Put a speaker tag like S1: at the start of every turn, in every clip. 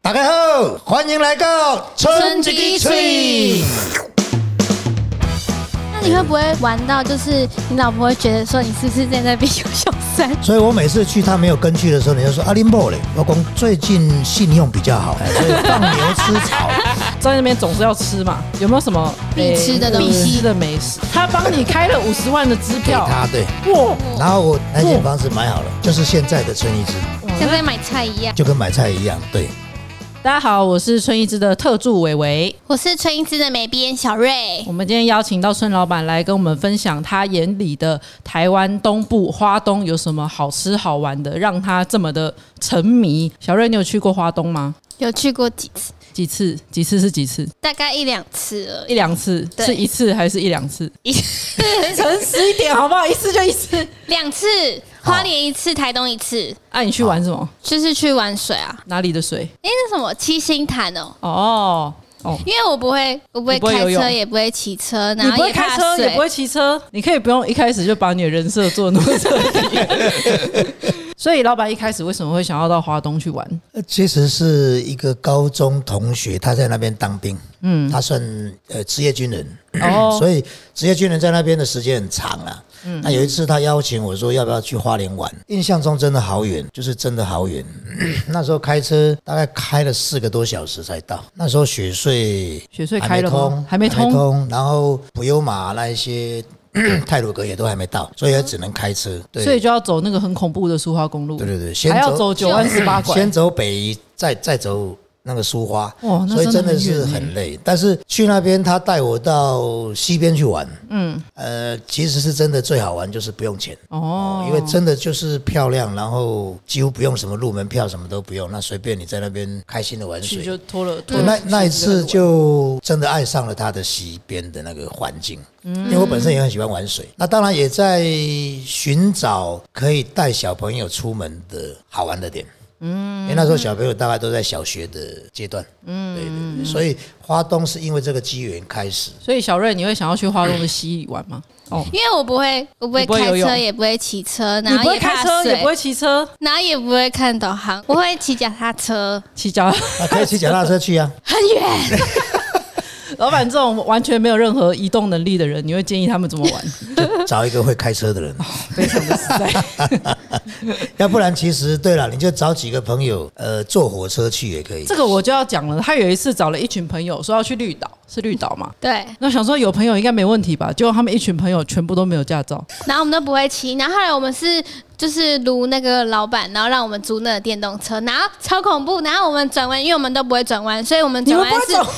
S1: 大家好，欢迎来到春之翠。
S2: 那你会不会玩到，就是你老婆会觉得说你是不是在那边有小 三？
S1: 所以我每次去他没有跟去的时候，你就说阿啊林伯嘞，老公最近信用比较好，哎所以放牛吃草。
S3: 在那边总是要吃嘛，有没有什么
S2: 必吃的东西
S3: 必吃的美食？他帮你开了五十万的支
S1: 给
S3: 票，
S1: 他对，
S3: 哇，
S1: 然后我那间房子买好了，就是现在的春一枝，
S3: 嗯
S2: 像在买菜一样。
S1: 就跟买菜一样。对，
S3: 大家好，我是春一枝的特助伟伟。
S2: 我是春英之的美编小瑞
S3: 我，们今天邀请到孙老板来跟我们分享他眼里的台湾东部花东有什么好吃好玩的，让他这么的沉迷。小瑞，你有去过花东吗？
S2: 有去过几次，
S3: 几次？几次是几次？
S2: 大概一两次而已。
S3: 一两次？
S2: 对
S3: 是一次还是一两次？
S2: 一
S3: 诚实一点好不好？一次就一次。
S2: 两次，花莲一次，台东一次，
S3: 啊，你去玩什么？
S2: 就是去玩水啊。
S3: 哪里的水？
S2: 诶，那什么七星潭哦，
S3: 哦哦，
S2: 因为我不会，我不会
S3: 你不会
S2: 开
S3: 游
S2: 车，
S3: 泳
S2: 也不会骑车，
S3: 你
S2: 然
S3: 不
S2: 后
S3: 会
S2: 也
S3: 开
S2: 怕
S3: 车，也
S2: 水
S3: 不。会骑车，你可以不用一开始就把你的人设做那么彻底。 所以老板一开始为什么会想要到华东去玩？
S1: 呃其实是一个高中同学，他在那边当兵，嗯，他算呃职业军人，
S3: 哦
S1: 嗯
S3: 嗯
S1: 所以职业军人在那边的时间很长啊。那有一次他邀请我说要不要去花莲玩，印象中真的好远，就是真的好远。 那时候开车大概开了四个多小时才到，那时候雪隧
S3: 雪隧
S1: 还
S3: 开
S1: 没
S3: 了
S1: 通
S3: 吗，还没通
S1: 然后普悠玛那一些 泰鲁格也都还没到，所以也只能开车。对，
S3: 所以就要走那个很恐怖的苏花公路。
S1: 对对对，先
S3: 还要走九弯十八拐
S1: 先走北移，再再走那个苏花，
S3: 哇那
S1: 所以真
S3: 真的
S1: 的
S3: 很
S1: 是
S3: 远欸
S1: 很累。但是去那边，他带我到西边去玩，嗯，呃，其实是真的最好玩，就是不用钱。
S3: 哦
S1: 哦，，因为真的就是漂亮，然后几乎不用什么入门票，什么都不用，那随便你在那边开心的玩
S3: 去
S1: 水。
S3: 就拖了拖
S1: 我
S3: 了
S1: 哦那
S3: 去
S1: 那一次
S3: 个
S1: 就真的爱上了它的西边的那个环境，
S3: 嗯
S1: 因为我本身也很喜欢玩水，那当然也在寻找可以带小朋友出门的好玩的点。嗯，因为那时候小朋友大概都在小学的阶段，嗯，对对对，所以花东是因为这个机缘开始。
S3: 所以小瑞，你会想要去花东的溪里玩吗？哦，
S2: 因为我不会，我不会
S3: 你不会
S2: 开
S3: 游
S2: 车，
S3: 泳
S2: 也不会骑车，
S3: 你
S2: 然
S3: 不
S2: 后
S3: 会
S2: 也怕
S3: 开车，也
S2: 水
S3: 不，会骑车，
S2: 然后也不会看导航，我会骑脚踏车，
S3: 骑脚。
S1: 啊，可以骑脚踏车去 啊，
S2: 很远。
S3: 老板这种完全没有任何移动能力的人，你会建议他们怎么玩？
S1: 就找一个会开车的人，
S3: 非常的实 在。
S1: 要不然其实对了，你就找几个朋友，呃，坐火车去也可以。
S3: 这个我就要讲了，他有一次找了一群朋友说要去绿岛，是绿岛嘛？
S2: 对，
S3: 那想说有朋友应该没问题吧，结果他们一群朋友全部都没有驾照，
S2: 然后我们都不会骑，然后后来我们是就是撸那个老板，然后让我们租那个电动车，然后超恐怖，然后我们转弯，因为我们都不会转弯，所以我们转弯
S3: 你们
S2: 是，所以
S3: 不会转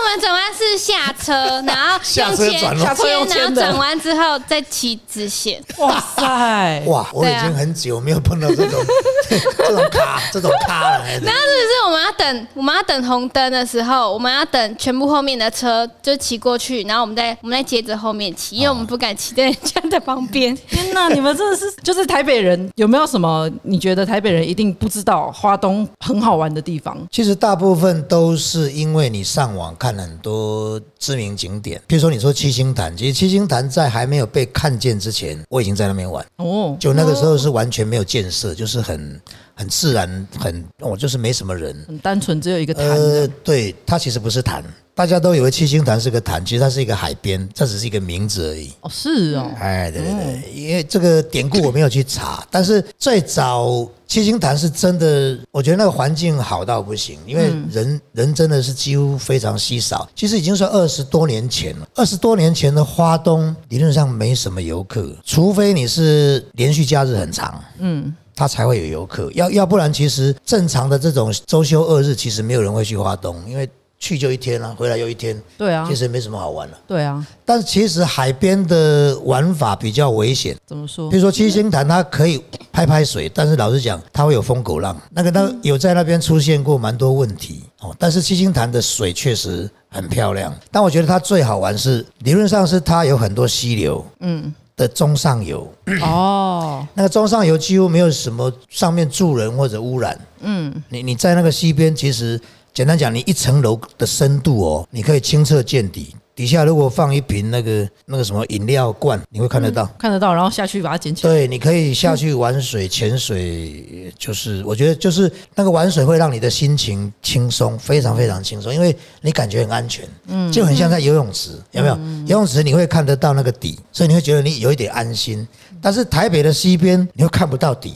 S2: 我们转弯是下车，哦然后
S1: 下
S2: 用
S1: 车
S2: 牵
S1: 转
S3: 下车哦用
S2: 牵，然后
S3: 牵的
S2: 转弯之后再骑直线，
S3: 哇塞！
S1: 哇，我已
S2: 对啊
S1: 经很久没有碰到这种这种咖这种咖了。哎
S2: 然后是不是我们要等我们要等红灯的时候，我们要等全部后面的车就骑过去，然后我们再我们再接着后面骑，因为我们不敢骑在人家的旁边。
S3: 天哪，你们真的是就是台北人，有没有什么你觉得台北人一定不知道花东很好玩的地方？
S1: 其实大部分都是因为你上网看很多知名景点，譬如说你说七星潭，其实七星潭在还没有被看见之前，我已经在那边玩。
S3: 哦，
S1: 就那个时候是完全没有建设，就是很很自然，很我、就是没什么人。
S3: 很单纯，只有一个潭。啊
S1: 呃，对，它其实不是潭，大家都以为七星潭是个潭，其实它是一个海边，这只是一个名字而已。
S3: 哦，是哦，
S1: 哎，对对对，因为这个典故我没有去 查，但是最早七星潭是真的，我觉得那个环境好到不行，因为
S3: 嗯
S1: 人、人真的是几乎非常稀少。其实已经算二十多年前了，二十多年前的花东理论上没什么游客，除非你是连续假日很长，嗯。它才会有游客，要要不然其实正常的这种周休二日，其实没有人会去花东，因为去就一天啊，回来又一天，
S3: 对啊
S1: 其，实没什么好玩了、
S3: 对啊，
S1: 但其实海边的玩法比较危险，
S3: 怎么说
S1: 比？如说七星潭，它可以拍拍水，但是老实讲，它会有疯狗浪，那个那有在那边出现过蛮多问题哦。但是七星潭的水确实很漂亮，但我觉得它最好玩是理论上是它有很多溪流，嗯，的中上游，
S3: 哦，
S1: 那个中上游几乎没有什么上面住人或者污染。嗯，你你在那个西边，其实简单讲，你一层楼的深度哦，你可以清澈见底，底下如果放一瓶那个那个什么饮料罐，你会看得到。
S3: 看得到，然后下去把它捡起来。
S1: 对，你可以下去玩水、潜水，就是我觉得就是那个玩水会让你的心情轻松，非常非常轻松，因为你感觉很安全，嗯，就很像在游泳池，有没有？游泳池你会看得到那个底，所以你会觉得你有一点安心。但是台北的西边你又看不到底，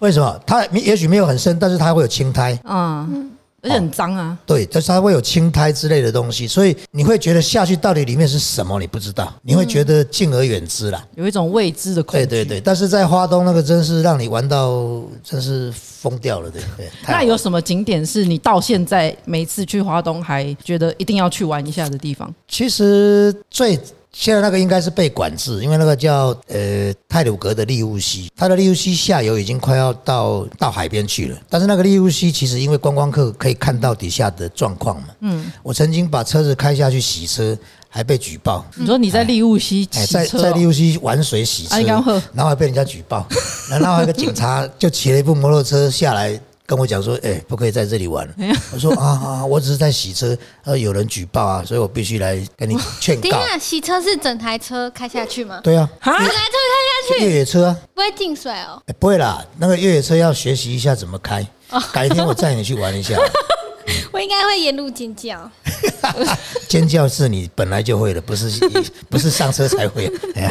S1: 为什么？它也许没有很深，但是它会有青苔，
S3: 嗯，而且很脏啊。
S1: 对，就是它会有青苔之类的东西，所以你会觉得下去到底里面是什么，你不知道，你会觉得敬而远之啦。
S3: 有一种未知的恐
S1: 对
S3: 惧。
S1: 对对，但是在花东那个真是让你玩到真是疯掉了，对 对。太好
S3: 那
S1: 玩
S3: 有什么景点是你到现在每次去华东还觉得一定要去玩一下的地方？
S1: 其实最现在那个应该是被管制，因为那个叫呃泰鲁格的利物溪，它的利物溪下游已经快要到到海边去了。但是那个利物溪其实因为观光客可以看到底下的状况嘛，嗯，我曾经把车子开下去洗车，还被举报。
S3: 你说你在利物溪
S1: 哎，
S3: 骑
S1: 在
S3: 车
S1: 在利
S3: 哦、
S1: 物溪玩水洗车，
S3: 啊你刚喝
S1: 然后还被人家举 报，然后还有一个警察就骑了一部摩托车下来跟我讲说，哎、不可以在这里玩。
S3: 哎
S1: 我说啊啊，我只是在洗车，呃，有人举报啊，所以我必须来跟你劝
S3: 哦
S2: 等一
S1: 告。
S2: 下，洗车是整台车开下去吗？
S1: 对啊，
S3: 啊，
S2: 整台车开下去
S1: 越野车啊，
S2: 不会进水哦。
S1: 哎不会啦，那个越野车要学习一下怎么开，
S3: 哦
S1: 改天我载你去玩一下。
S2: 我应该会沿路 尖叫。
S1: 尖叫是你本来就会的，不是 不是上车才会。 哎呀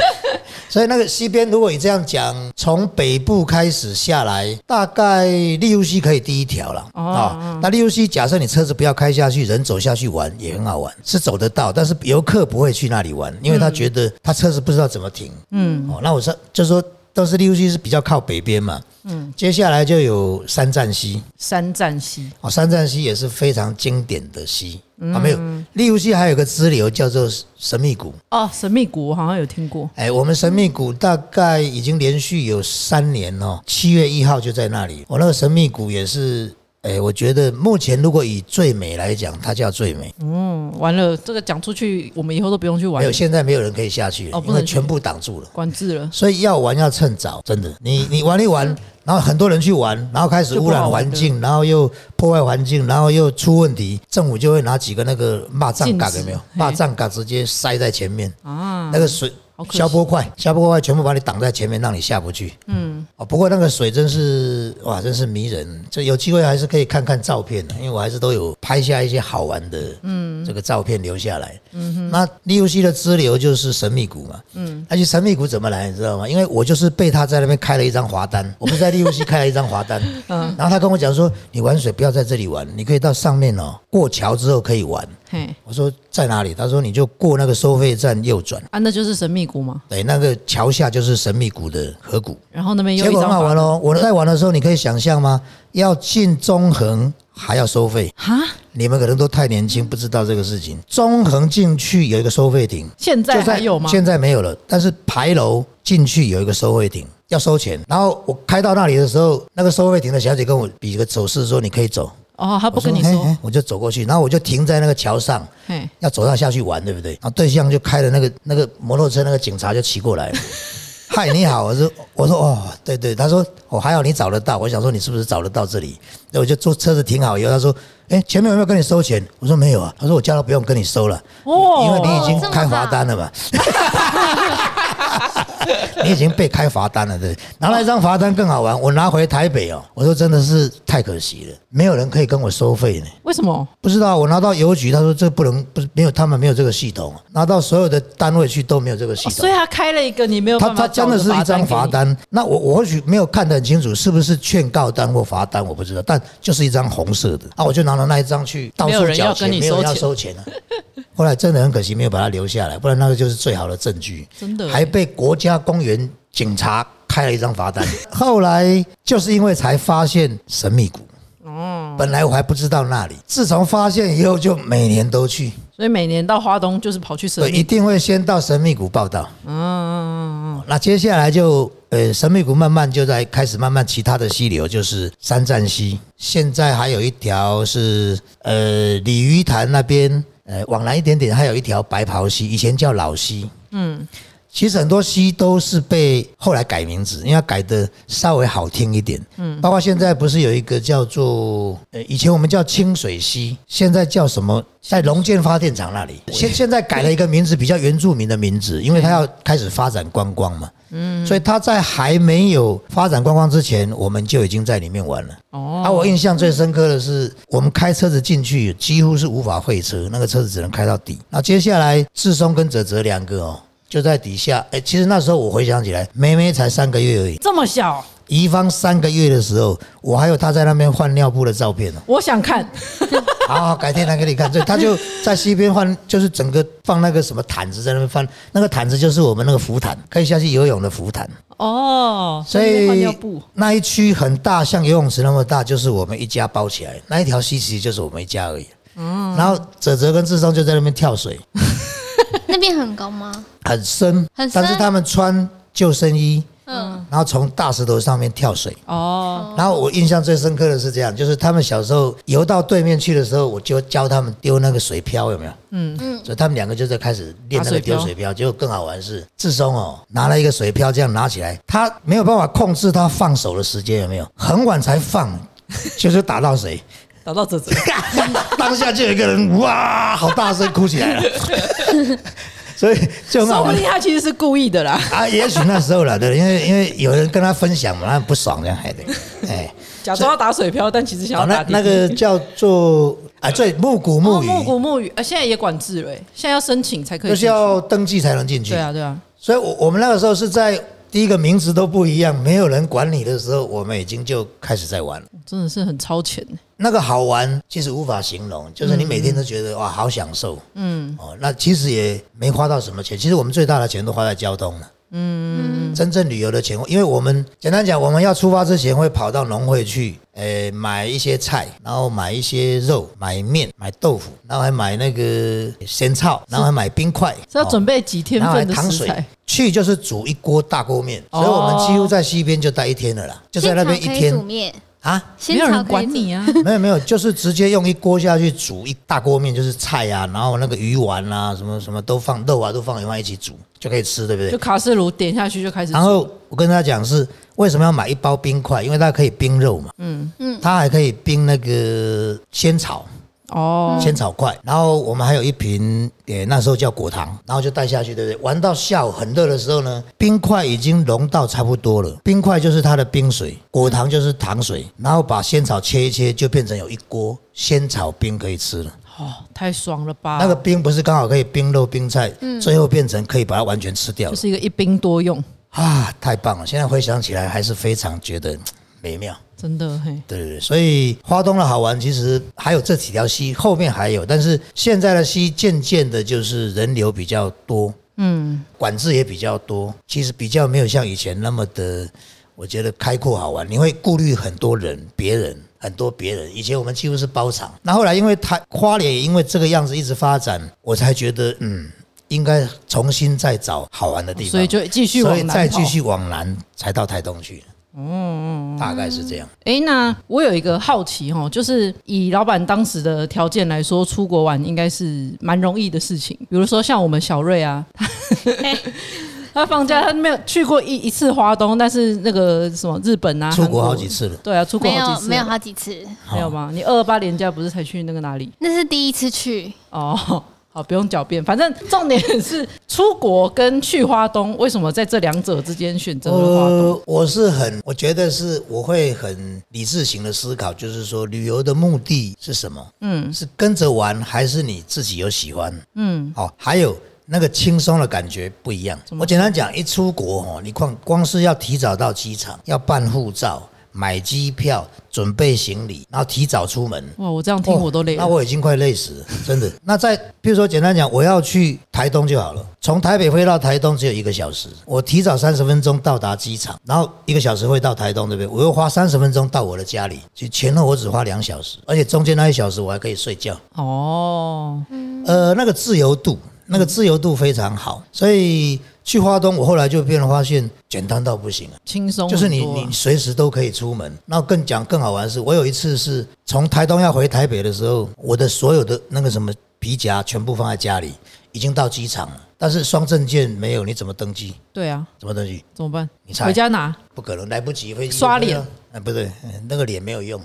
S1: 所以那个西边，如果你这样讲，从北部开始下来，大概利物西可以第一条了啊、那利物西，假设你车子不要开下去，人走下去玩也很好玩，是走得到，但是游客不会去那里玩，因为他觉得他车子不知道怎么停。嗯，哦，那我说就说。都是利物西是比较靠北边嘛，嗯，接下来就有三站溪，
S3: 山站溪
S1: 哦，三站溪也是非常经典的溪、
S3: 嗯
S1: 啊，没有，利物溪还有个支流叫做神秘谷。
S3: 哦，神秘谷我好像有听过。
S1: 哎，我们神秘谷大概已经连续有三年哦，七月一号就在那里。我、那个神秘谷也是，哎，我觉得目前如果以最美来讲，它叫最美。
S3: 嗯，完了，这个讲出去，我们以后都不用去玩
S1: 没有，
S3: 了，
S1: 现在没有人可以下去了，
S3: 哦不
S1: 因
S3: 能
S1: 为全部挡住了。
S3: 管制了。
S1: 所以要玩要趁早，真的。你你玩一 玩，然后很多人去玩，然后开始污染环境，然后又破坏环境，然后又出问题，政府就会拿几个那个蚂蚱嘎
S3: 禁止哎
S1: 有没有？
S3: 嘿
S1: 蚂蚱嘎直接塞在前面啊，那个水
S3: 好可惜
S1: 消波块，消波块全部把你挡在前面，让你下不去。嗯，哦，不过那个水真是哇，真是迷人。这有机会还是可以看看照片的，因为我还是都有拍下一些好玩的嗯这个照片留下来。嗯，那利物西的支流就是神秘谷嘛。嗯，而且神秘谷怎么来，你知道吗？因为我就是被他在那边开了一张罚 单，我们在利物西开了一张罚单。 嗯，然后他跟我讲说，你玩水不要在这里玩，你可以到上面哦，过桥之后可以玩。
S3: 嘿，
S1: 我说在哪里？他说你就过那个收费站右转。
S3: 啊，那就是神秘谷嘛。
S1: 对，哎那个桥下就是神秘谷的河谷。
S3: 然后那边又
S1: 结
S3: 一
S1: 果很
S3: 张
S1: 好玩
S3: 房
S1: 哦！我在玩的时候，你可以想象吗？要进中横还要收费，
S3: 哈，
S1: 你们可能都太年轻，不知道这个事情。中横进去有一个收费亭，
S3: 现在还有吗？
S1: 现在没有了，但是牌楼进去有一个收费亭，要收钱。然后我开到那里的时候，那个收费亭的小姐跟我比一个手势，说你可以走。
S3: 哦，他
S1: 我
S3: 不跟你
S1: 嘿
S3: 说
S1: 嘿，我就走过去，然后我就停在那个桥上，
S3: 嘿，
S1: 要走到下去玩，对不对？然后对象就开了那个那个摩托车，那个警察就骑过来了。嗨，你好，我说我说哦，对对，他说哦，还好你找得到，我想说你是不是找得到这里？那我就坐车子停好以后，他说，哎，前面有没有跟你收钱？我说没有啊，他说我叫他不用跟你收了，
S3: 哦
S1: 因为你已经
S2: 这么
S1: 开罚单了嘛， 你已经被开罚单了，对。拿了一张罚单更好玩，我拿回台北哦，我说真的是太可惜了，没有人可以跟我收费呢。
S3: 为什么？
S1: 不知道，我拿到邮局，他说这不能不是没有，他们没有这个系统，拿到所有的单位去都没有这个系
S3: 哦所
S1: 统。
S3: 以他开了一个你没有
S1: 他
S3: 办
S1: 他
S3: 法
S1: 真
S3: 交
S1: 的是一张
S3: 给你
S1: 罚。单，那我我或许没有看得很清楚，是不是劝告单或罚单，我不知道，但就是一张红色的啊，我就拿了那一张去到
S3: 没有
S1: 处
S3: 人
S1: 缴
S3: 要
S1: 钱，
S3: 跟你
S1: 没有人
S3: 收
S1: 要
S3: 钱
S1: 收钱啊。后来真的很可惜，没有把它留下来，不然那个就是最好的证据。
S3: 真的
S1: 还被国家公园警察开了一张罚单。后来就是因为才发现神秘谷，哦，本来我还不知道那里，自从发现以后就每年都去，
S3: 所以每年到花东就是跑去神
S1: 对，
S3: 秘
S1: 一定会先到神秘谷报道。
S3: 嗯，
S1: 那接下来就呃，神秘谷慢慢就在开始慢慢其他的溪流，就是三站溪，现在还有一条是呃鲤鱼潭那边，呃往南一点点还有一条白袍溪，以前叫老溪，嗯，其实很多溪都是被后来改名字，因为它改的稍微好听一点。嗯，包括现在不是有一个叫做呃，以前我们叫清水溪，现在叫什么？在龙建发电厂那里，现现在改了一个名字，比较原住民的名字，因为它要开始发展观光嘛。嗯，所以它在还没有发展观光之前，我们就已经在里面玩了。
S3: 哦
S1: 啊，我印象最深刻的是，我们开车子进去几乎是无法会车，那个车子只能开到底。那接下来志松跟哲哲两个哦，就在底下。哎、其实那时候我回想起来，梅梅才三个月而已，
S3: 这么小，
S1: 怡芳三个月的时候，我还有她在那边换尿布的照片哦。
S3: 我想看，
S1: 好好，改天来给你看。所以他就在西边换，就是整个放那个什么毯子在那边放，那个毯子就是我们那个浮毯，可以下去游泳的浮毯。
S3: 哦，
S1: 所
S3: 在那边换
S1: 以
S3: 尿布
S1: 那一区很大，像游泳池那么大，就是我们一家包起来，那一条溪其实就是我们一家而已。
S3: 嗯
S1: 然后哲哲跟志松就在那边跳水，
S2: 那边很高吗？
S1: 很深，
S2: 很深
S1: 但是他们穿救生衣，
S2: 嗯，
S1: 然后从大石头上面跳水。
S3: 哦，
S1: 然后我印象最深刻的是这样，就是他们小时候游到对面去的时候，我就教他们丢那个水漂，有没有？嗯嗯。所以他们两个就在开始练那个丢
S3: 打水
S1: 水
S3: 漂
S1: 漂，结果更好玩是志松哦，拿了一个水漂这样拿起来，他没有办法控制他放手的时间，有没有？很晚才放， 就是打到谁，
S3: 找到这这，
S1: 当下就有一个人哇，好大声哭起来 了，所以就很好
S3: 说不
S1: 玩
S3: 定。他其实是故意的啦。
S1: 啊，也许那时候了，对，因为因为有人跟他分享嘛，他很不爽这样， 哎，对，哎。
S3: 假装要打水漂，但其实
S1: 哦，
S3: 想要打
S1: 那
S3: 地
S1: 那个叫做啊，对，木古
S3: 哦
S1: 木鱼，
S3: 木古木鱼，呃，现在也管制了，现在要申请才可以
S1: 就
S3: 进去，
S1: 是要登记才能进去
S3: 对。啊对啊，
S1: 所以，我我们那个时候是在第一个名字都不一样，没有人管你的时候，我们已经就开始在玩了。
S3: 真的是很超前，
S1: 那个好玩，其实无法形容，就是你每天都觉得、哇，好享受。嗯，哦，那其实也没花到什么钱，其实我们最大的钱都花在交通了。嗯，真正旅游的钱，因为我们简单讲，我们要出发之前会跑到农会去，呃，买一些菜，然后买一些肉，买面，买豆腐，然后还买那个鲜草，然后还买冰块，
S3: 是要
S1: 哦
S3: 准备几天
S1: 然后还
S3: 份的
S1: 啊糖
S3: 食
S1: 水
S3: 材，。
S1: 去就是煮一锅大锅面，所以我们几乎在西边就待一天了啦，就在
S2: 现
S1: 那
S2: 场
S1: 边一
S2: 可以煮
S1: 天
S2: 面，
S1: 啊。
S3: 没
S2: 现
S3: 有
S2: 场
S3: 人
S2: 可以
S3: 管
S2: 煮
S3: 你啊，
S1: 没有没有，就是直接用一锅下去煮一大锅面，就是菜啊，然后那个鱼丸啊，什么什么都放肉啊，都放一块一起煮就可以吃，对不
S3: 就
S1: 对？
S3: 卡式炉点下去就开始煮，
S1: 然后我跟大家讲是为什么要买一包冰块，因为它可以冰肉嘛，嗯嗯，它还可以冰那个仙草，
S3: 哦，
S1: 仙草块，然后我们还有一瓶，诶，那时候叫果糖，然后就带下去，对不对？玩到下午很热的时候呢，冰块已经融到差不多了，冰块就是它的冰水，果糖就是糖水，然后把仙草切一切，就变成有一锅仙草冰可以吃了。
S3: 哦，太爽了吧，
S1: 那个冰不是刚好可以冰肉冰菜，最后变成可以把它完全吃掉
S3: 就
S1: 了
S3: 是一个一冰多用，
S1: 啊！太棒了，现在回想起来还是非常觉得嗯美妙。
S3: 真的嘿，
S1: 对对对，所以花东的好玩其实还有这几条溪，后面还有，但是现在的溪渐渐的就是人流比较多，嗯，管制也比较多，其实比较没有像以前那么的，我觉得开阔好玩，你会顾虑很多人，别人。很多别人，以前我们几乎是包场，那后来因为台花莲也因为这个样子一直发展，我才觉得嗯，应该重新再找好玩的地方，
S3: 哦所以就继续
S1: 所
S3: 往
S1: 以
S3: 南
S1: 再
S3: 跑
S1: 继续往南才到台东去，嗯，大概是这样。
S3: 诶，那我有一个好奇哦，就是以老板当时的条件来说，出国玩应该是蛮容易的事情。比如说像我们小 瑞啊，他他放假他没有去过一一次华东，但是那个什么日本啊，
S1: 出国
S3: 韩
S1: 好几次了
S3: 对啊，出国
S2: 没
S3: 好
S2: 有
S3: 几次了，
S2: 没有好几次，
S3: 没有吗？你二二八年假不是才去那个哪里？
S2: 那是第一次去，
S3: 哦。 好，不用狡辩，反正重点是出国跟去花东，为什么在这两者之间选择了花东？
S1: 呃，我是很，我觉得是我会很理智型的思考，就是说旅游的目的是什么？嗯，是跟着玩，还是你自己有喜欢？嗯，好、还有那个轻松的感觉不一样。我简单讲，一出国哦，你光光是要提早到机场，要办护照。买机票，准备行李，然后提早出门，
S3: 哇，我这样听我都累
S1: 哦
S3: 了。
S1: 那我已经快累死了，真的。 那在譬如说，简单讲，我要去台东就好了，从台北飞到台东只有一个小时，我提早三十分钟到达机场，然后一个小时会到台东，对不对？我又花三十分钟到我的家里，就前后我只花两小时，而且中间那一小时我还可以睡觉。
S3: 哦，
S1: 呃，那个自由度，那个自由度非常好，所以去花东，我后来就变得发现简单到不行了。
S3: 轻松
S1: 就是你
S3: 很多啊
S1: 你随时都可以出门。那更讲更好玩的是，我有一次是从台东要回台北的时候，我的所有的那个什么皮夹全部放在家里，已经到机场了，但是双证件没有，你怎么登机？
S3: 对啊，
S1: 怎么登记？
S3: 怎么办？
S1: 你猜
S3: 回家拿，
S1: 不可能，来不及飞机
S3: 刷
S1: 就飞了
S3: 脸？
S1: 哎，不对，嗯那个脸没有 用。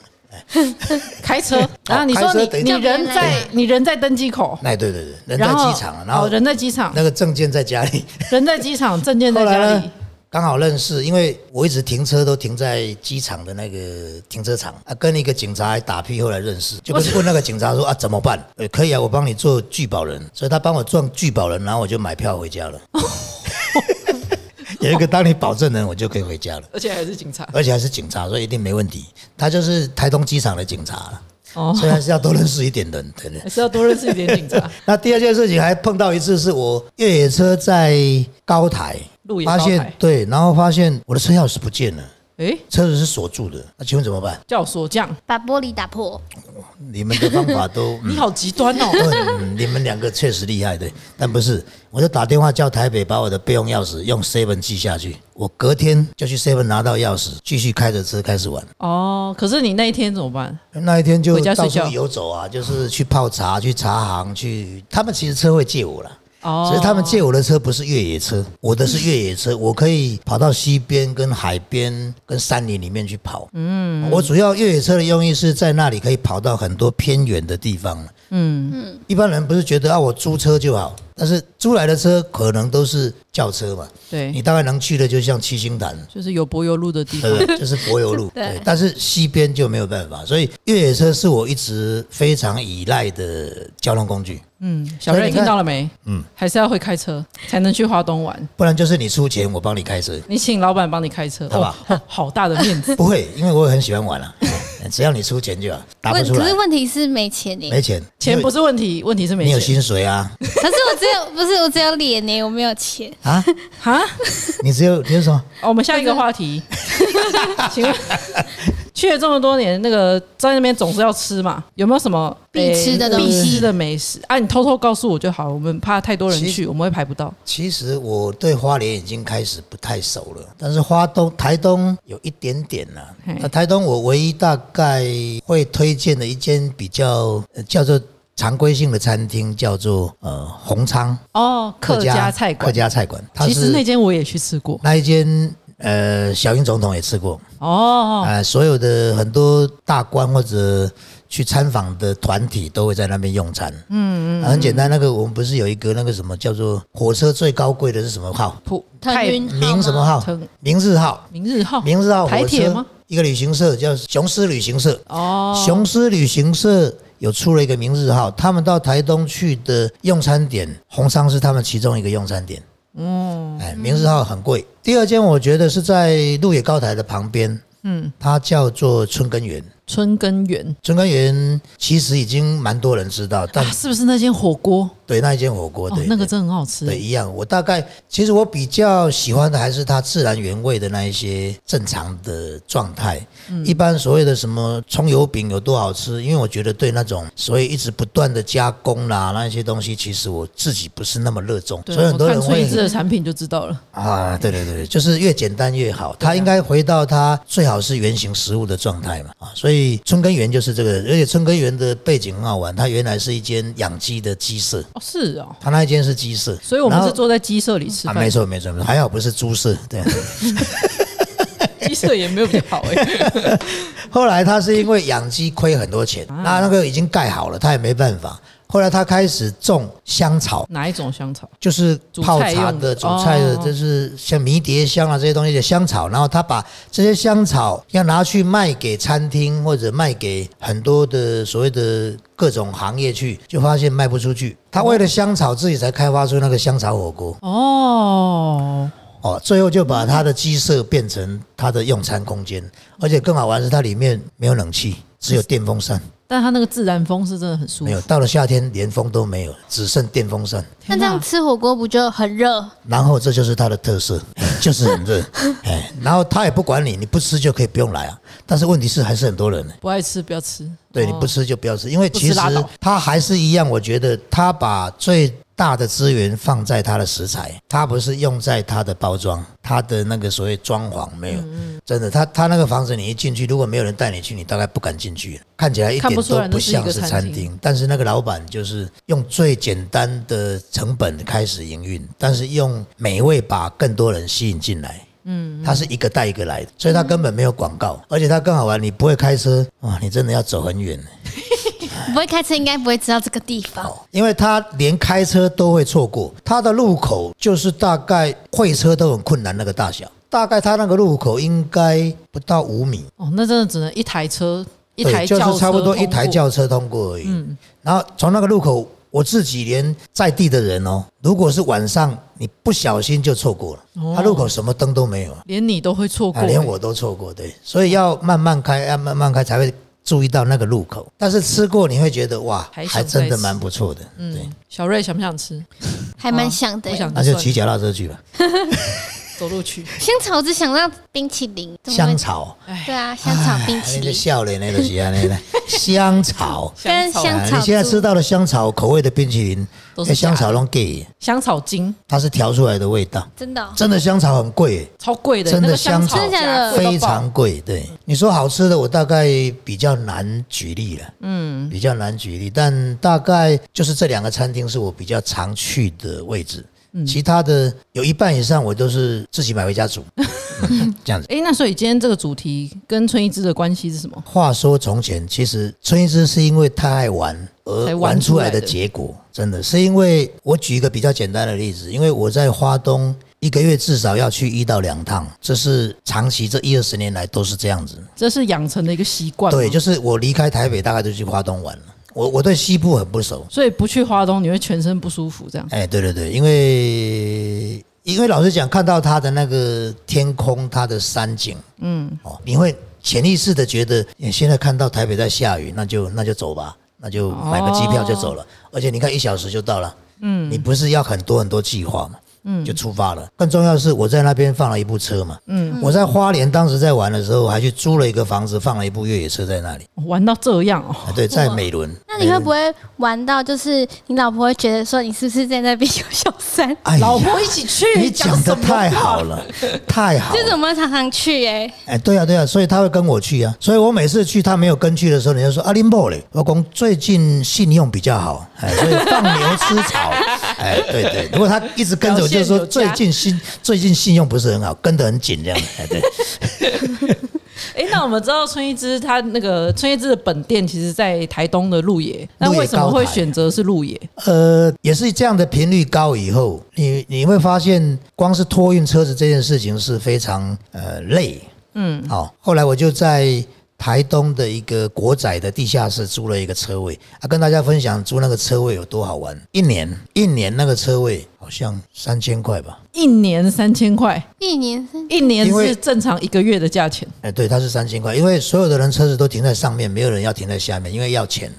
S3: 开车。然后你说
S1: 哦开车
S3: 你
S1: 等于
S3: 你
S2: 叫别人
S3: 人
S2: 来
S3: 在你人在登机口，
S1: 哎，对对对，人在
S3: 然后
S1: 机场了，啊然后
S3: 哦人在机场，
S1: 那个证件在家里。
S3: 人在机场，证件在
S1: 后来
S3: 家
S1: 呢
S3: 里。，
S1: 刚好认识，因为我一直停车都停在机场的那个停车场啊，跟一个警察还打屁，后来认识，就问问那个警察说啊怎么办？呃，可以啊，我帮你做拒保人，所以他帮我撞拒保人，然后我就买票回家了。 有一个当你保证人，我就可以回家了，
S3: 而且还是警察
S1: 而且还是警察，所以一定没问题。他就是台东机场的警察了，
S3: 哦，
S1: 所以还是要多认识一点人，对不对
S3: 还？是要多认识一点警察。
S1: 那第二件事情还碰到一次，是我越野车在高台
S3: 路也高
S1: 发
S3: 台
S1: 现对，然后发现我的车钥匙不见了，
S3: 诶，
S1: 车子是锁住的，那请问怎么办？
S3: 叫锁匠，
S2: 把玻璃打破，
S1: 你们的方法 都，
S3: 你
S1: 嗯
S3: 好极端哦。
S1: 嗯你们两个确实厉害对，但不是，我就打电话叫台北把我的备用钥匙用 seven 寄下去，我隔天就去 seven 拿到钥匙，继续开着车开始玩。
S3: 哦，可是你那一天怎么办？
S1: 那一天就
S3: 回家睡
S1: 到
S3: 觉
S1: 处游走啊，就是去泡茶、去茶行、去，他们其实车会借我了。
S3: 哦，
S1: 所以他们借我的车不是越野车，我的是越野车，我可以跑到溪边、跟海边、跟山林里面去跑。嗯，我主要越野车的用意是在那里可以跑到很多偏远的地方。
S3: 嗯，
S1: 一般人不是觉得啊，我租车就好，但是租来的车可能都是轿车嘛，你
S3: 对，
S1: 大概能去的就像七星潭，
S3: 就是有柏油路的地方
S1: 对。不对？就是柏油路，
S2: 对
S1: 对。但是西边就没有办法，所以越野车是我一直非常依赖的交通工具。
S3: 嗯，小
S1: 所以
S3: 瑞
S1: 你
S3: 听
S1: 看
S3: 到了没？嗯
S1: 嗯，
S3: 还是要会开车才能去华东玩。
S1: 不然就是你出钱，我帮你开车。
S3: 你请老板帮你开车，
S1: 好吧。
S3: 哦，哦好大的面子
S1: 不会， 因为我也很喜欢玩啊，只要你出钱就好，打不
S2: 问
S1: 出
S2: 可
S1: 来
S2: 是问题是没钱呢、
S1: 没钱，
S3: 钱不是问题，问题是
S1: 因为你
S3: 没
S1: 有
S3: 钱
S1: 薪水啊
S2: 可是我只有不是我只有脸呢、我没有钱。
S1: 啊，
S3: 哈、
S1: 你只有你有什么？
S3: 哦我们下一个话题， 请问去了这么多年，那个在那边总是要吃嘛，有没有什么
S2: 必吃的东西
S3: 必吃的美食啊？你偷偷告诉我就好，我们怕太多人
S1: 其
S3: 去，我们会排不到。
S1: 其实我对花莲已经开始不太熟了，但是花东、台东有一点点啦、
S3: 嘿
S1: 那台东我唯一大概会推荐的一间比较、呃叫做常规性的餐厅，叫做呃红昌
S3: 哦，客家菜
S1: 客
S3: 馆，
S1: 家菜馆，它
S3: 其实那
S1: 是
S3: 间我也去吃过。
S1: 那一间呃小英总统也吃过。
S3: 哦，
S1: 呃，所有的很多大官或者去参访的团体都会在那边用餐。嗯嗯、很简单，那个我们不是有一个那个什么叫做火车最高贵的是什么号？
S3: 普
S2: 腾
S3: 泰
S2: 云号
S1: 明什么
S2: 吗？
S1: 号？
S3: 腾
S1: 明日号。
S3: 明日号，
S1: 明日号
S3: 台
S1: 火
S3: 铁
S1: 车
S3: 吗？
S1: 一个旅行社叫雄狮旅行社，
S3: 哦，
S1: 雄狮旅行社有出了一个明日号，他们到台东去的用餐点，红商是他们其中一个用餐点。嗯，哎，明日号很贵。第二间我觉得是在鹿野高台的旁边，嗯，它叫做春耕园。
S3: 春根园
S1: 春耕园其实已经蛮多人知道，但
S3: 啊，是不是那间火锅？
S1: 对那一间火锅，
S3: 哦
S1: 对、，
S3: 那个真的很好吃
S1: 对。一样。我大概其实我比较喜欢的还是它自然原味的那一些正常的状态。
S3: 嗯
S1: 一般所谓的什么葱油饼有多好吃，因为我觉得对那种所谓一直不断的加工啦那一些东西，其实我自己不是那么热衷，
S3: 对，
S1: 所以很
S3: 我
S1: 多
S3: 看
S1: 人
S3: 翠
S1: 会
S3: 芝的产品就知道了。
S1: 啊，对对对对，就是越简单越
S3: 啊
S1: 好。它应该回到它最好是原型食物的状态嘛啊，所以春耕园就是这个，而且春耕园的背景很好玩，它原来是一间养鸡的鸡舍，
S3: 哦，是哦，
S1: 它那一间是鸡舍，
S3: 所以我们
S1: 然后
S3: 是坐在鸡舍里吃
S1: 啊，
S3: 饭，
S1: 没错没错没错，还好不是猪舍。对，
S3: 鸡舍也没有比较好哎、
S1: 后来他是因为养鸡亏很多钱，
S3: 啊
S1: 那那个已经盖好了，他也没办法。后来他开始种香草，
S3: 哪一种香草？
S1: 就是泡茶的、
S3: 煮
S1: 煮
S3: 菜
S1: 菜
S3: 用的
S1: 的，
S3: 哦
S1: 就是像迷迭香啊这些东西的香草，然后他把这些香草要拿去卖给餐厅或者卖给很多的所谓的各种行业去，就发现卖不出去。他为了香草自己才开发出那个香草火锅
S3: 哦，
S1: 哦，最后就把他的鸡舍变成他的用餐空间，而且更好玩是它里面没有冷气，只有电风扇，
S3: 但它那个自然风是真的很舒
S1: 没有
S3: 服。
S1: 到了夏天连风都没有，只剩电风扇。
S2: 那
S3: 天
S2: 这
S3: 哪
S2: 样吃火锅不就很热？
S1: 然后这就是它的特色， 就是很热，哎，然后他也不管你，你不吃就可以不用来啊。但是问题是还是很多人呢，
S3: 不爱吃不要吃，
S1: 对，
S3: 哦
S1: 你不吃就不要吃，因为其
S3: 不
S1: 实
S3: 吃拉倒
S1: 他还是一样，我觉得他把最大的资源放在它的食材，它不是用在它的包装、它的那个所谓装潢没有。真的，它它那个房子你一进去，如果没有人带你去，你大概不敢进去。看起来一
S3: 看
S1: 点
S3: 不出来
S1: 都不
S3: 那是一
S1: 像
S3: 个
S1: 是
S3: 餐
S1: 餐
S3: 厅
S1: 厅，但是那个老板就是用最简单的成本开始营运，但是用美味把更多人吸引进来。嗯，他是一个带一个来的，所以他根本没有广告，而且他更好玩，你不会开车哇，你真的要走很远。欸
S2: 不会开车应该不会知道这个地方。
S1: 因为他连开车都会错过，他的路口就是大概会车都很困难那个大小，大概他那个路口应该不到五米，
S3: 哦，那真的只能一台车，一
S1: 对
S3: 台
S1: 就
S3: 轿
S1: 是
S3: 车
S1: 差不多一
S3: 通
S1: 台
S3: 过嗯
S1: 轿车通过而已。然后从那个路口，我自己连在地的人哦，如果是晚上你不小心就错过了，他路口什么灯都没有，
S3: 连你都会错哦过、
S1: 啊，连我都错过，对，所以要慢慢开，要慢慢开才会注意到那个路口。但是吃过你会觉得哇
S3: 还，想
S1: 还真
S3: 再
S1: 的
S3: 吃
S1: 蛮不错的，对
S3: 嗯，，小瑞想不想吃？
S2: 还蛮想的欸
S3: 不。想
S1: 那
S3: 就
S1: 就
S3: 算
S1: 骑脚踏车去吧。
S3: 走 路去。
S2: 香草只想到冰淇淋，怎么会
S1: 香草，哎
S2: 对啊，香草冰淇
S1: 那个
S2: 淋
S1: 笑脸那个是安尼 的，香草。
S2: 跟
S1: 啊
S2: 香草
S1: 你现在
S2: 猪
S1: 吃到的香草口味的冰淇淋
S3: 都，是
S1: 那香
S3: 假
S1: 草拢给，
S3: 香草精
S1: 它是调出来的味道。
S2: 真的哦
S1: 真的香草很贵，
S3: 超贵的，
S1: 真的
S3: 那个香草
S1: 香
S2: 草真的假的
S3: 呃贵到爆
S1: 非常贵。对，你说好吃的，我大概比较难举例了，嗯，比较难举例，但大概就是这两个餐厅是我比较常去的位置，
S3: 嗯
S1: 其他的有一半以上我都是自己买回家煮， 嗯这样子。
S3: 哎、那所以今天这个主题跟春一枝的关系是什么？
S1: 话说从前，其实孙一之是因为太爱玩而
S3: 才玩
S1: 玩
S3: 出
S1: 出
S3: 来
S1: 来的
S3: 的
S1: 结果，真的是因为我举一个比较简单的例子，因为我在花东一个月至少要去一到两趟，这是长期这一二十年来都是这样子。
S3: 这是养成的一个习惯吗，
S1: 对，就是我离开台北大概就去花东玩了。我我对西部很不熟，
S3: 所以不去花东你会全身不舒服，这样
S1: 哎，对对对，因为因为老实讲，看到它的那个天空，它的山景，嗯，哦，你会潜意识的觉得，你现在看到台北在下雨，那就那就走吧，那就买个机票就
S3: 哦
S1: 走了。而且你看一小时就到了，嗯，你不是要很多很多计划嘛，嗯，就出发了。更重要的是，我在那边放了一部车嘛，嗯，我在花莲当时在玩的时候，还去租了一个房子，放了一部越野车在那里，
S3: 玩到这样哦、
S1: 啊对，在美伦。
S2: 那你会不会玩到，就是你老婆会觉得说你是不是在那边有小 三？
S1: 哎呀
S3: 老婆一起去，
S1: 你讲的
S3: 什么话
S1: 太好，了，太好了。
S2: 就是我们常常去哎，
S1: 哎，对啊，对啊，所以他会跟我去啊，所以我每次去他没有跟去的时候，你就说阿啊林伯嘞，我公最近信用比较好，哎，所以放牛吃草， 哎，对对，如果他一直跟着，我就说
S3: 表现有
S1: 最
S3: 加
S1: 近信最近信用不是很好，跟得很紧这样，哎，对，
S3: 哎、那我们知道春一枝他那个春一枝的本店其实，在台东的鹿野，那为什么会选择是鹿野？
S1: 呃，也是这样的频率高以后，你你会发现，光是托运车子这件事情是非常呃累。嗯，好、后来我就在台东的一个国仔的地下室租了一个车位，啊，跟大家分享租那个车位有多好玩。一年一年那个车位好像三千块吧，
S3: 一年三千块，
S2: 一年三
S3: 一年
S1: 因为
S3: 是正常一个月的价钱。
S1: 哎，对，它是三千块，因为所有的人车子都停在上面，没有人要停在下面，因为要钱。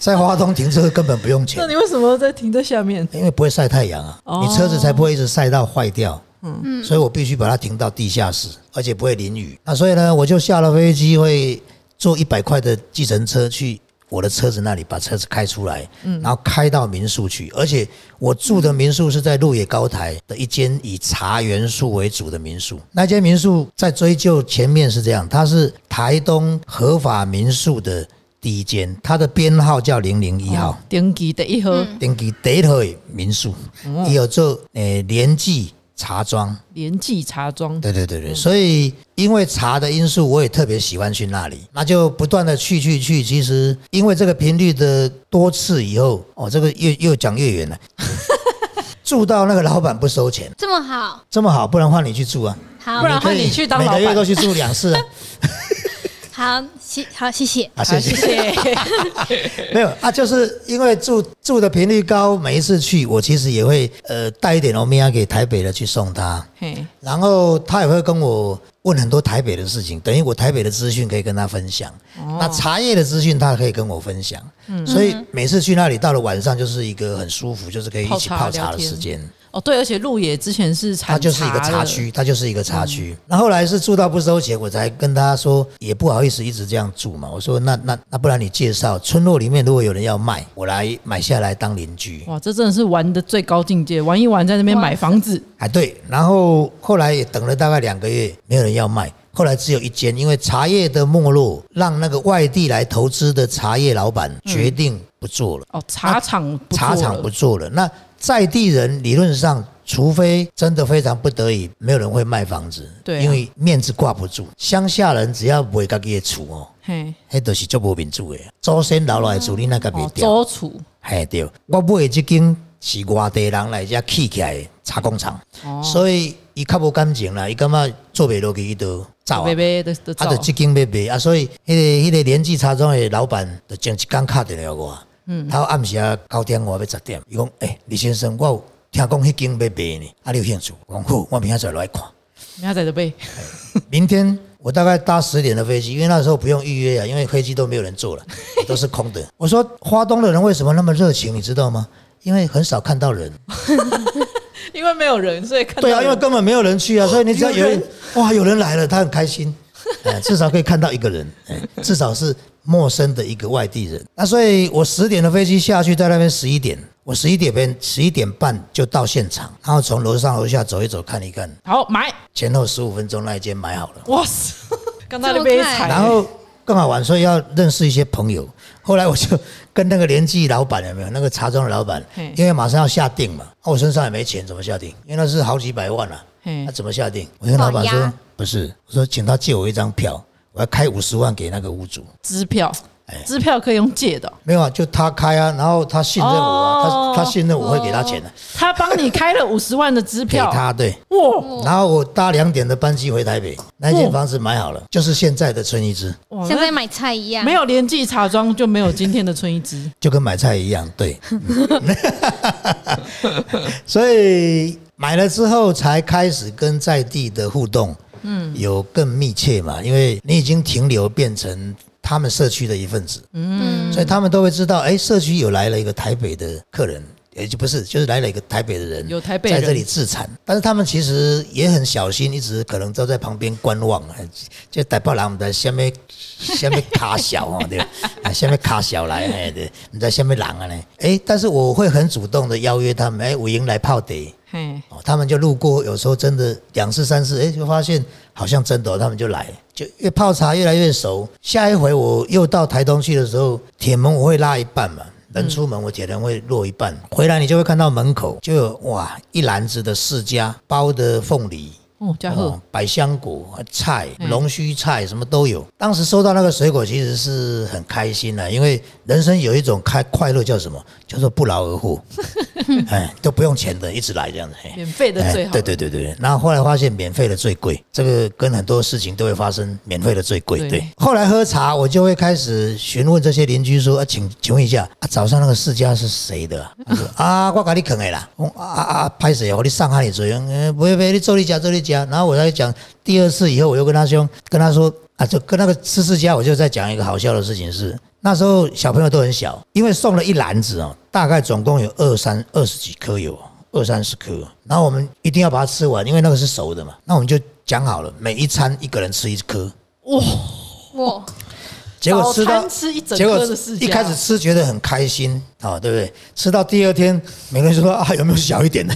S1: 在花东停车根本不用钱
S3: 那，你为什么在停在下面？
S1: 因为不会晒太阳啊，
S3: 哦
S1: 你车子才不会一直晒到坏掉。嗯，所以我必须把它停到地下室，而且不会淋雨。那所以呢，我就下了飞机，会坐一百块的计程车去我的车子那里，把车子开出来，然后开到民宿去。而且我住的民宿是在鹿野高台的一间以茶园树为主的民宿。那间民宿在追究前面是这样，它是台东合法民宿的第一间，它的编号叫零零一号。
S3: 登记的一盒
S1: 登记第一号的民宿，
S3: 哦
S1: 伊有做诶联记茶庄，
S3: 连记茶庄，
S1: 对对对
S3: 嗯
S1: 对，所以因为茶的因素，我也特别喜欢去那里，那就不断的去去去。其实因为这个频率的多次以后，哦，这个越越讲越 远了，住到那个老板不收钱，
S2: 这么好，
S1: 这么好，不然换你去住啊，
S2: 好
S3: 不然换你
S1: 可以
S3: 去当
S1: 每
S3: 老
S1: 个月
S3: 板
S1: 都去住两 次啊，
S2: 好谢好谢谢。
S1: 啊，
S3: 好
S1: 谢谢。
S3: 谢。
S1: 没有啊，就是因为住住的频率高，每一次去我其实也会呃带一点欧米茄给台北的去送他。
S3: 嘿，
S1: 然后他也会跟我问很多台北的事情，等于我台北的资讯可以跟他分享，那茶叶的资讯他可以跟我分享，所以每次去那里到了晚上就是一个很舒服，就是可以一起泡
S3: 泡茶
S1: 茶的时间。
S3: 哦，对，而且鹿野之前是产
S1: 它就是一个
S3: 茶
S1: 茶嗯
S3: 的，
S1: 区，它就是一个茶区。那后来是住到不收钱，我才跟他说，也不好意思一直这样住嘛。我说那那那不然你介绍村落里面如果有人要卖，我来买下来当邻居。
S3: 哇，这真的是玩的最高境界，玩一玩在那边
S2: 哇
S3: 买房子，
S1: 哎，对，然后后来也等了大概两个月，没有人要卖。后来只有一间，因为茶叶的没落，让那个外地来投资的茶叶老板决定不做了，
S3: 哦，茶厂不
S1: 茶
S3: 做
S1: 厂
S3: 了
S1: 不做了。那在地人理论上，除非真的非常不得已，没有人会卖房子，
S3: 对啊
S1: 因为面子挂不住。乡下人只要不会家己的厝哦，
S3: 嘿，
S1: 迄都是做无民主的，祖先留落来厝，你那个
S3: 哦
S1: 袂，掉。
S3: 周楚
S1: 嘿，对，我买的这间是外地人来遮起起来的茶工厂，
S3: 哦，
S1: 所以伊较无感情啦，伊感觉做袂落去，伊就走啊
S3: 贝。贝的的
S1: 啊，就
S3: 照
S1: 即间要卖啊，所以迄、个迄、个年纪茶庄的老板就前一工敲电话给我，嗯，他暗时啊九点外要十点，伊讲，诶、李先生，我有听讲迄间要卖呢，啊，你有兴趣？我讲好，我明仔载来看。
S3: 明仔的贝，
S1: 明天我大概搭十点的飞机，因为那时候不用预约啊，因为飞机都没有人 坐了，都是空的。我说花东的人为什么那么热情，你知道吗？因为很少看到人，
S3: 因为没有人，所以看 到
S1: 对啊，因为
S3: 人
S1: 根本没有人去啊，所以你只要有
S3: 有
S1: 人
S3: 人
S1: 哇，有人来了，他很开心， 哎，至少可以看到一个人，哎，至少是陌生的一个外地人。那所以我十点的飞机下去，在那边十一点，我十一点边十一点半就到现场，然后从楼上楼下走一走，看一看，
S3: 好买，
S1: 前后十五分钟那一间买好了。
S3: 哇 塞，刚才
S2: 这
S3: 那
S2: 么
S3: 贝
S2: 快
S3: 彩，
S1: 然后更好玩，所以要认识一些朋友。后来我就跟那个联记老板有没有那个茶庄的老板
S3: 嘿，
S1: 因为马上要下定嘛，啊我身上也没钱，怎么下定？因为那是好几百万啊，
S3: 嘿
S1: 那、怎么下定？我跟老板
S2: 保
S1: 说
S2: 押
S1: 不是，我说请他借我一张票，我要开五十万给那个屋主。
S3: 支票
S1: 哎，
S3: 支票可以用借的哦，
S1: 没有啊，就他开啊，然后他信任我、啊，
S3: 哦
S1: 他他信任我会给他钱的、
S3: 他帮你开了五十万的支
S1: 给
S3: 票，哦
S1: 他对。
S3: 哇
S1: 然后我搭两点的班机回台北，那
S3: 哦
S1: 间房子买好了，就是现在的村一支，
S3: 哇，
S2: 像
S3: 那
S2: 在买菜一样。
S3: 没有连记茶庄就没有今天的春一枝，
S1: 就跟买菜一样，对。 所以买了之后才开始跟在地的互动，嗯，有更密切嘛，因为你已经停留变成他们社区的一份子，
S2: 嗯，
S1: 所以他们都会知道，哎，社区有来了一个台北的客人。也就不是，就是来了一个台北的人，
S3: 有台北
S1: 在
S3: 人
S1: 这里自产，但是他们其实也很小心，一直可能都在旁边观望。哎就台北人不知道什么什么卡小 哦，对吧，啊，什么卡小来，哎，对，不知道什么人啊呢？哎，但是我会很主动的邀约他们，哎，我迎来泡茶。
S3: 嘿，
S1: 哦，他们就路过，有时候真的两次三次，哎，就发现好像真的哦、他们就来，就越泡茶越来越熟。下一回我又到台东去的时候，铁门我会拉一半嘛，人出门我铁门会落一半，回来你就会看到门口就有哇一篮子的释迦包的凤梨。
S3: 哦，嘉贺
S1: 哦，百香果、菜、
S3: 嗯
S1: 龙须菜什么都有。当时收到那个水果，其实是很开心啊的、因为人生有一种开快乐叫什么？叫做不劳而获，哎，都不用钱的，一直来这样子。嘿
S3: 免费的最好，
S1: 对哎对对对对。然后后来发现免费的最贵，这个跟很多事情都会发生，免费的最贵。
S3: 对
S1: 对。后来喝茶，我就会开始询问这些邻居说：“啊，请请问一下，啊，早上那个世家是谁的啊？”他说：“啊，我给你啃的啦。”我说啊啊啊，拍谁？我你上海你嘴，呃，不会不会，你做你家做你家。然后我再讲第二次以后，我又跟他说跟他说啊，就跟那个吃世家，我就在讲一个好笑的事情是。那时候小朋友都很小，因为送了一篮子哦，大概总共有二三二十几颗有哦，二三十颗，然后我们一定要把它吃完，因为那个是熟的嘛。那我们就讲好了，每一餐一个人吃一颗。
S2: 哇，
S1: 结果吃到
S3: 早餐吃一整
S1: 结果
S3: 颗的释迦
S1: 一开始吃觉得很开心啊、对不对？吃到第二天，每个人说啊，有没有小一点的？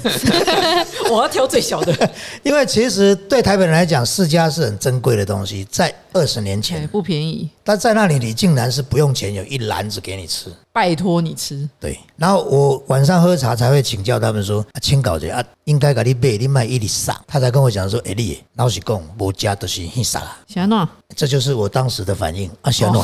S3: 我要挑最小的，
S1: 因为其实对台北人来讲，释迦是很珍贵的东西，在二十年
S3: 哎，
S1: 前，
S3: 不便宜，
S1: 但在那里你竟然是不用钱，有一篮子给你吃。
S3: 拜托你吃，
S1: 对，然后我晚上喝茶才会请教他们说，啊、清搞者啊，应该给你买，你卖一里上。他才跟我讲说，哎、你老实讲，无家都是很傻啦。
S3: 小诺，啊
S1: 这就是我当时的反应。啊，喜安诺，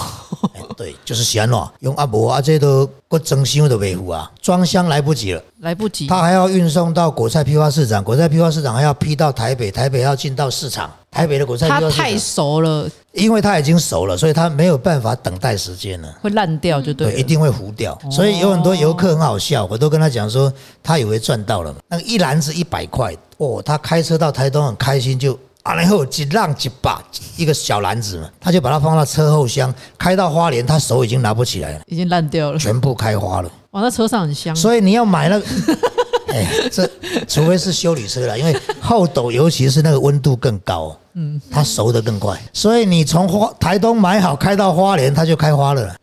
S1: 哎对，就是喜安诺，用阿伯啊，这都我整箱的维护啊，装箱来不及了，
S3: 来不及，
S1: 他还要运送到果菜批发市场，果菜批发市场还要批到台北，台北要进到市场，台北的果菜批
S3: 它
S1: 发市
S3: 太
S1: 场，
S3: 熟了
S1: 因为它已经熟了，所以它没有办法等待时间了。
S3: 会烂掉，就
S1: 嗯
S3: 对
S1: 对，哦
S3: 了，
S1: 一定会糊掉。所以有很多游客很好笑，我都跟他讲说，他以为赚到了嘛，那个一篮子一百块，哦，他开车到台东很开心就。啊，然后几浪几把一个小篮子嘛，他就把它放到车后箱，开到花莲，他手已经拿不起来了，
S3: 已经烂掉了，
S1: 全部开花了。
S3: 哇，那车上很香，啊
S1: 所以你要买那个，哎，这除非是修理车了，因为后斗尤其是那个温度更高，嗯，它熟得更快，所以你从花台东买好开到花莲，它就开花了，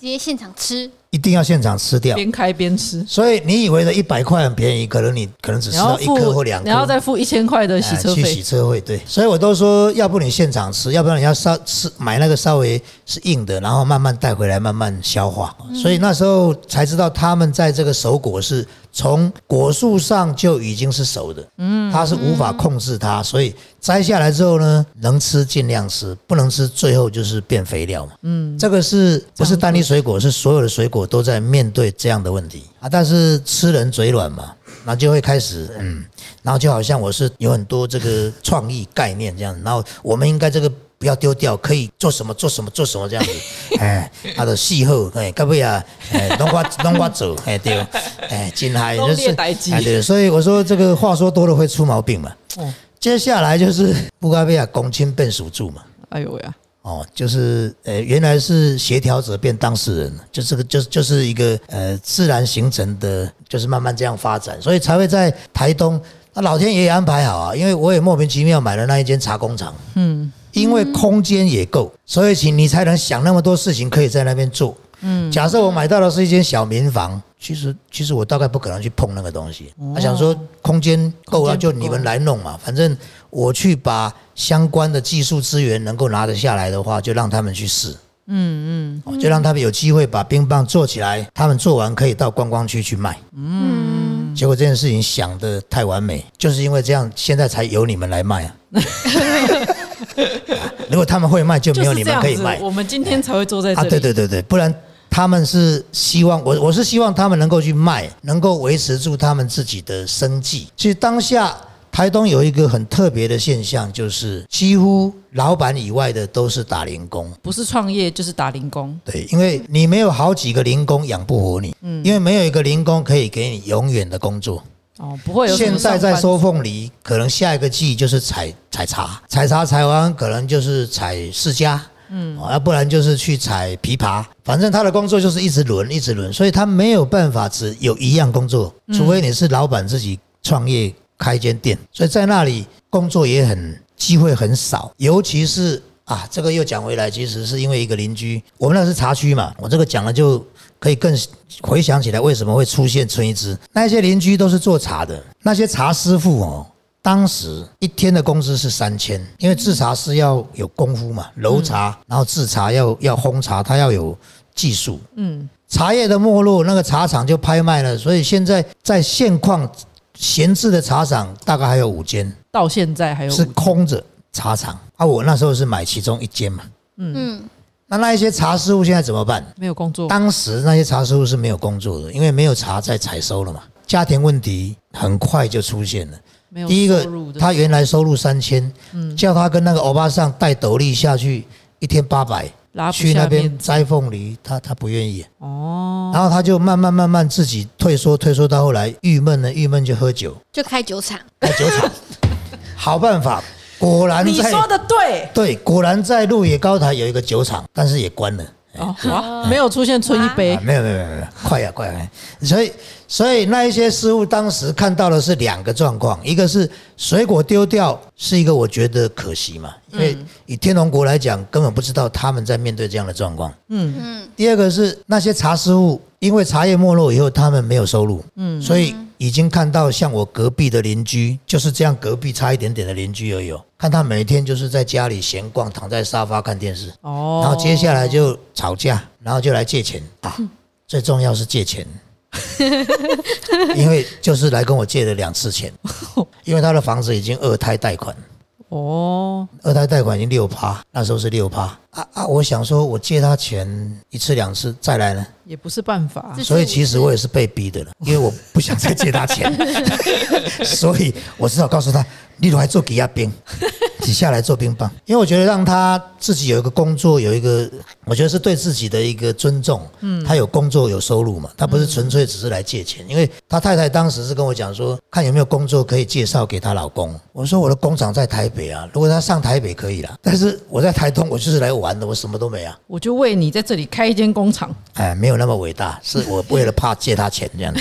S2: 直接现场吃。
S1: 一定要现场吃掉。
S3: 边开边吃，
S1: 所以你以为的一百块很便宜，可能你可能只吃
S3: 然后
S1: 到一
S3: 付
S1: 颗或两颗，
S3: 然后再付一千块的洗
S1: 哎
S3: 车
S1: 去
S3: 费
S1: 洗，车费，对，所以我都说，要不你现场吃，要不然你要稍吃买那个稍微是硬的，然后慢慢带回来，慢慢消化。
S3: 嗯
S1: 所以那时候才知道，他们在这个熟果是从果树上就已经是熟的，嗯，它是无法控制
S3: 嗯
S1: 它，所以摘下来之后呢，能吃尽量吃，不能吃最后就是变肥料嘛。嗯，这个是不是单一水果？是所有的水果都在面对这样的问题啊！但是吃人嘴软嘛，然后就会开始嗯。然后就好像我是有很多这个创意概念这样，然后我们应该这个不要丢掉，可以做什么做什么做什么这样子， 哎，他的气候哎，该不要哎，弄我 弄我走哎对，哎，金 海就
S3: 都列
S1: 是
S3: 代志
S1: 哎对，所以我说这个话说多了会出毛病嘛。
S3: 哦
S1: 接下来就是布加贝亚公亲变属住嘛。
S3: 哎呦喂啊，
S1: 哦，就是呃，原来是协调者变当事人了，就这个就就是一个呃自然形成的，就是慢慢这样发展，所以才会在台东。那老天爷也安排好啊，因为我也莫名其妙买了那一间茶工厂，嗯，因为空间也够，所以请你才能想那么多事情可以在那边做。嗯，假设我买到的是一间小民房，其实其实我大概不可能去碰那个东西。他、想说空间够啊，
S3: 哦空间
S1: 就
S3: 不够
S1: 你们来弄嘛，反正我去把相关的技术资源能够拿得下来的话，就让他们去试。嗯嗯，就让他们有机会把冰棒做起来，他们做完可以到观光区去卖。
S2: 嗯，
S1: 结果这件事情想的太完美，就是因为这样，现在才由你们来卖 啊。如果他们会卖，就没
S3: 就
S1: 有
S3: 是
S1: 你
S3: 这
S1: 们
S3: 样
S1: 可以
S3: 子
S1: 卖，
S3: 我们今天才会坐在这
S1: 啊！
S3: 里，
S1: 对对对对，不然他们是希望我我是希望他们能够去卖，能够维持住他们自己的生计。其实当下台东有一个很特别的现象，就是几乎老板以外的都是打零工。
S3: 不是创业就是打零工，
S1: 对，因为你没有好几个零工养不活你，因为没有一个零工可以给你永远的工作。
S3: 哦，不会有什
S1: 现
S3: 么
S1: 在
S3: 上
S1: 在
S3: 班
S1: 收凤梨，可能下一个季就是采采茶，采茶采完可能就是采释迦，嗯，要、不然就是去采枇杷。反正他的工作就是一直轮，一直轮，所以他没有办法只有一样工作，
S3: 嗯
S1: 除非你是老板自己创业开一间店。所以在那里工作也很机会很少，尤其是啊，这个又讲回来，其实是因为一个邻居，我们那是茶区嘛，我这个讲了就可以更回想起来为什么会出现村一枝。那些邻居都是做茶的，那些茶师傅哦，当时一天的工资是三千，因为制茶师要有功夫嘛，揉茶，然后制茶要要烘茶，他要有技术。嗯，茶叶的没落，那个茶厂就拍卖了，所以现在在现况闲置的茶厂大概还有五间。
S3: 到现在还有
S1: 是
S3: 五
S1: 空着茶厂啊。我那时候是买其中一间嘛。
S2: 嗯，
S1: 那那一些茶师傅现在怎么办？
S3: 没有工作，
S1: 当时那些茶师傅是没有工作的，因为没有茶在采收了嘛。家庭问题很快就出现了。
S3: 没有
S1: 第一个
S3: 收入，的
S1: 他原来收入三千，
S3: 嗯
S1: 叫他跟那个欧巴桑带斗笠下去，一天八百，
S3: 拉不
S1: 去那
S3: 下
S1: 边
S3: 面
S1: 摘凤梨，他他不愿意。
S3: 哦，
S1: 然后他就慢慢慢慢自己退缩，退缩到后来郁闷了，郁闷就喝酒，
S2: 就开酒厂，
S1: 开酒 厂。好办法，果然
S3: 你
S1: 在
S3: 说的对
S1: 对，果然在鹿野高台有一个酒厂，但是也关了。
S3: 哦，哇，没有出现春一杯
S1: 啊，，没有没有没有没有，快呀、快呀、所以所以那一些师傅当时看到的是两个状况，一个是水果丢掉是一个我觉得可惜嘛，因为以天龙国来讲，根本不知道他们在面对这样的状况。
S2: 嗯，
S1: 第二个是那些茶师傅，因为茶叶没落以后，他们没有收入，嗯，所以已经看到像我隔壁的邻居，就是这样隔壁差一点点的邻居而已哦，看他每天就是在家里闲逛，躺在沙发看电视，
S3: 哦，
S1: 然后接下来就吵架，然后就来借钱啊，最重要是借钱， 因为就是来跟我借了两次钱，因为他的房子已经二胎贷款，
S3: 哦，
S1: 二胎贷款已经六趴，那时候是六趴啊啊！我想说，我借他钱一次两次再来呢，
S3: 也不是办法
S2: 这，是
S1: 啊所以其实我也是被逼的了，因为我不想再借他 钱，所以我只好告诉他，你来做给他冰，你下来做冰棒，因为我觉得让他自己有一个工作，有一个我觉得是对自己的一个尊重，嗯，他有工作有收入嘛，他不是纯粹只是来借钱，因为他太太当时是跟我讲说，看有没有工作可以介绍给她老公，我说我的工厂在台北啊，如果他上台北可以啦，但是我在台东，我就是来玩的，我什么都没啊。
S3: 我就为你在这里开一间工厂，
S1: 哎，没有那么伟大，是我为了怕借他钱这样子。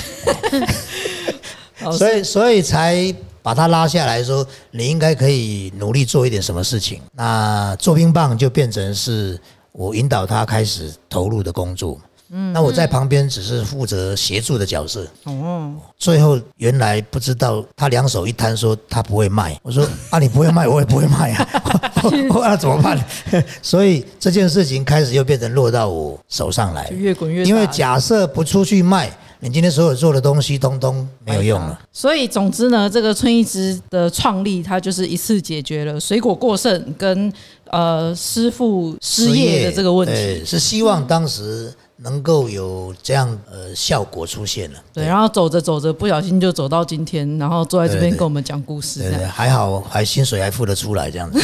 S3: 哦
S1: 所以所以才把他拉下来说，你应该可以努力做一点什么事情。那做冰棒就变成是我引导他开始投入的工作。嗯，那我在旁边只是负责协助的角色。
S3: 哦，
S1: 最后原来不知道他两手一摊说他不会卖，我说啊你不会卖我也不会卖啊， 我那怎么办？ 所以这件事情开始又变成落到我手上来
S3: 就，越滚越大。
S1: 因为假设不出去卖，你今天所有做的东西通通没有用了。
S3: 所以总之呢，这个春一枝的创立，它就是一次解决了水果过剩跟呃师傅失业的这个问题。
S1: 对是希望当时能够有这样呃效果出现了。
S3: 对，然后走着走着，不小心就走到今天，然后坐在这边
S1: 对对
S3: 跟我们讲故事这
S1: 对
S3: 样
S1: 对，。还好还薪水还付得出来这 样子。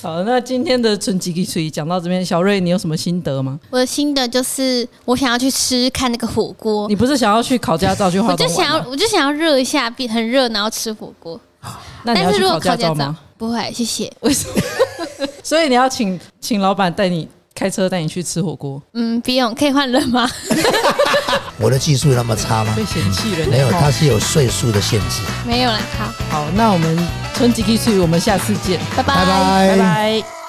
S3: 好，那今天的纯吉吉水讲到这边，小瑞，你有什么心得吗？
S2: 我的心得就是，我想要去吃看那个火锅，
S3: 你不是想要去考驾照去
S2: 我
S3: 花
S2: 就
S3: 东
S2: 想
S3: 玩
S2: 要，
S3: 吗？
S2: 我就想要热一下，变很热，然后吃火锅。
S3: 那你要
S2: 但是
S3: 去
S2: 如果
S3: 驾
S2: 考驾
S3: 照
S2: 照
S3: 吗？，
S2: 不会，谢谢。
S3: 为什么？ 所以你要请请老板带你开车带你去吃火锅，
S2: 嗯，不用，可以换人 吗？
S1: 我的技术那么差吗
S3: 被？嫌弃了呢。
S1: 没有，
S3: 哦
S1: 它是有岁数的限制。
S2: 没有啦，好，
S3: 好，那我们春吉吉水，我们下次见，
S2: 拜
S1: 拜
S2: 拜
S1: 拜
S3: 拜拜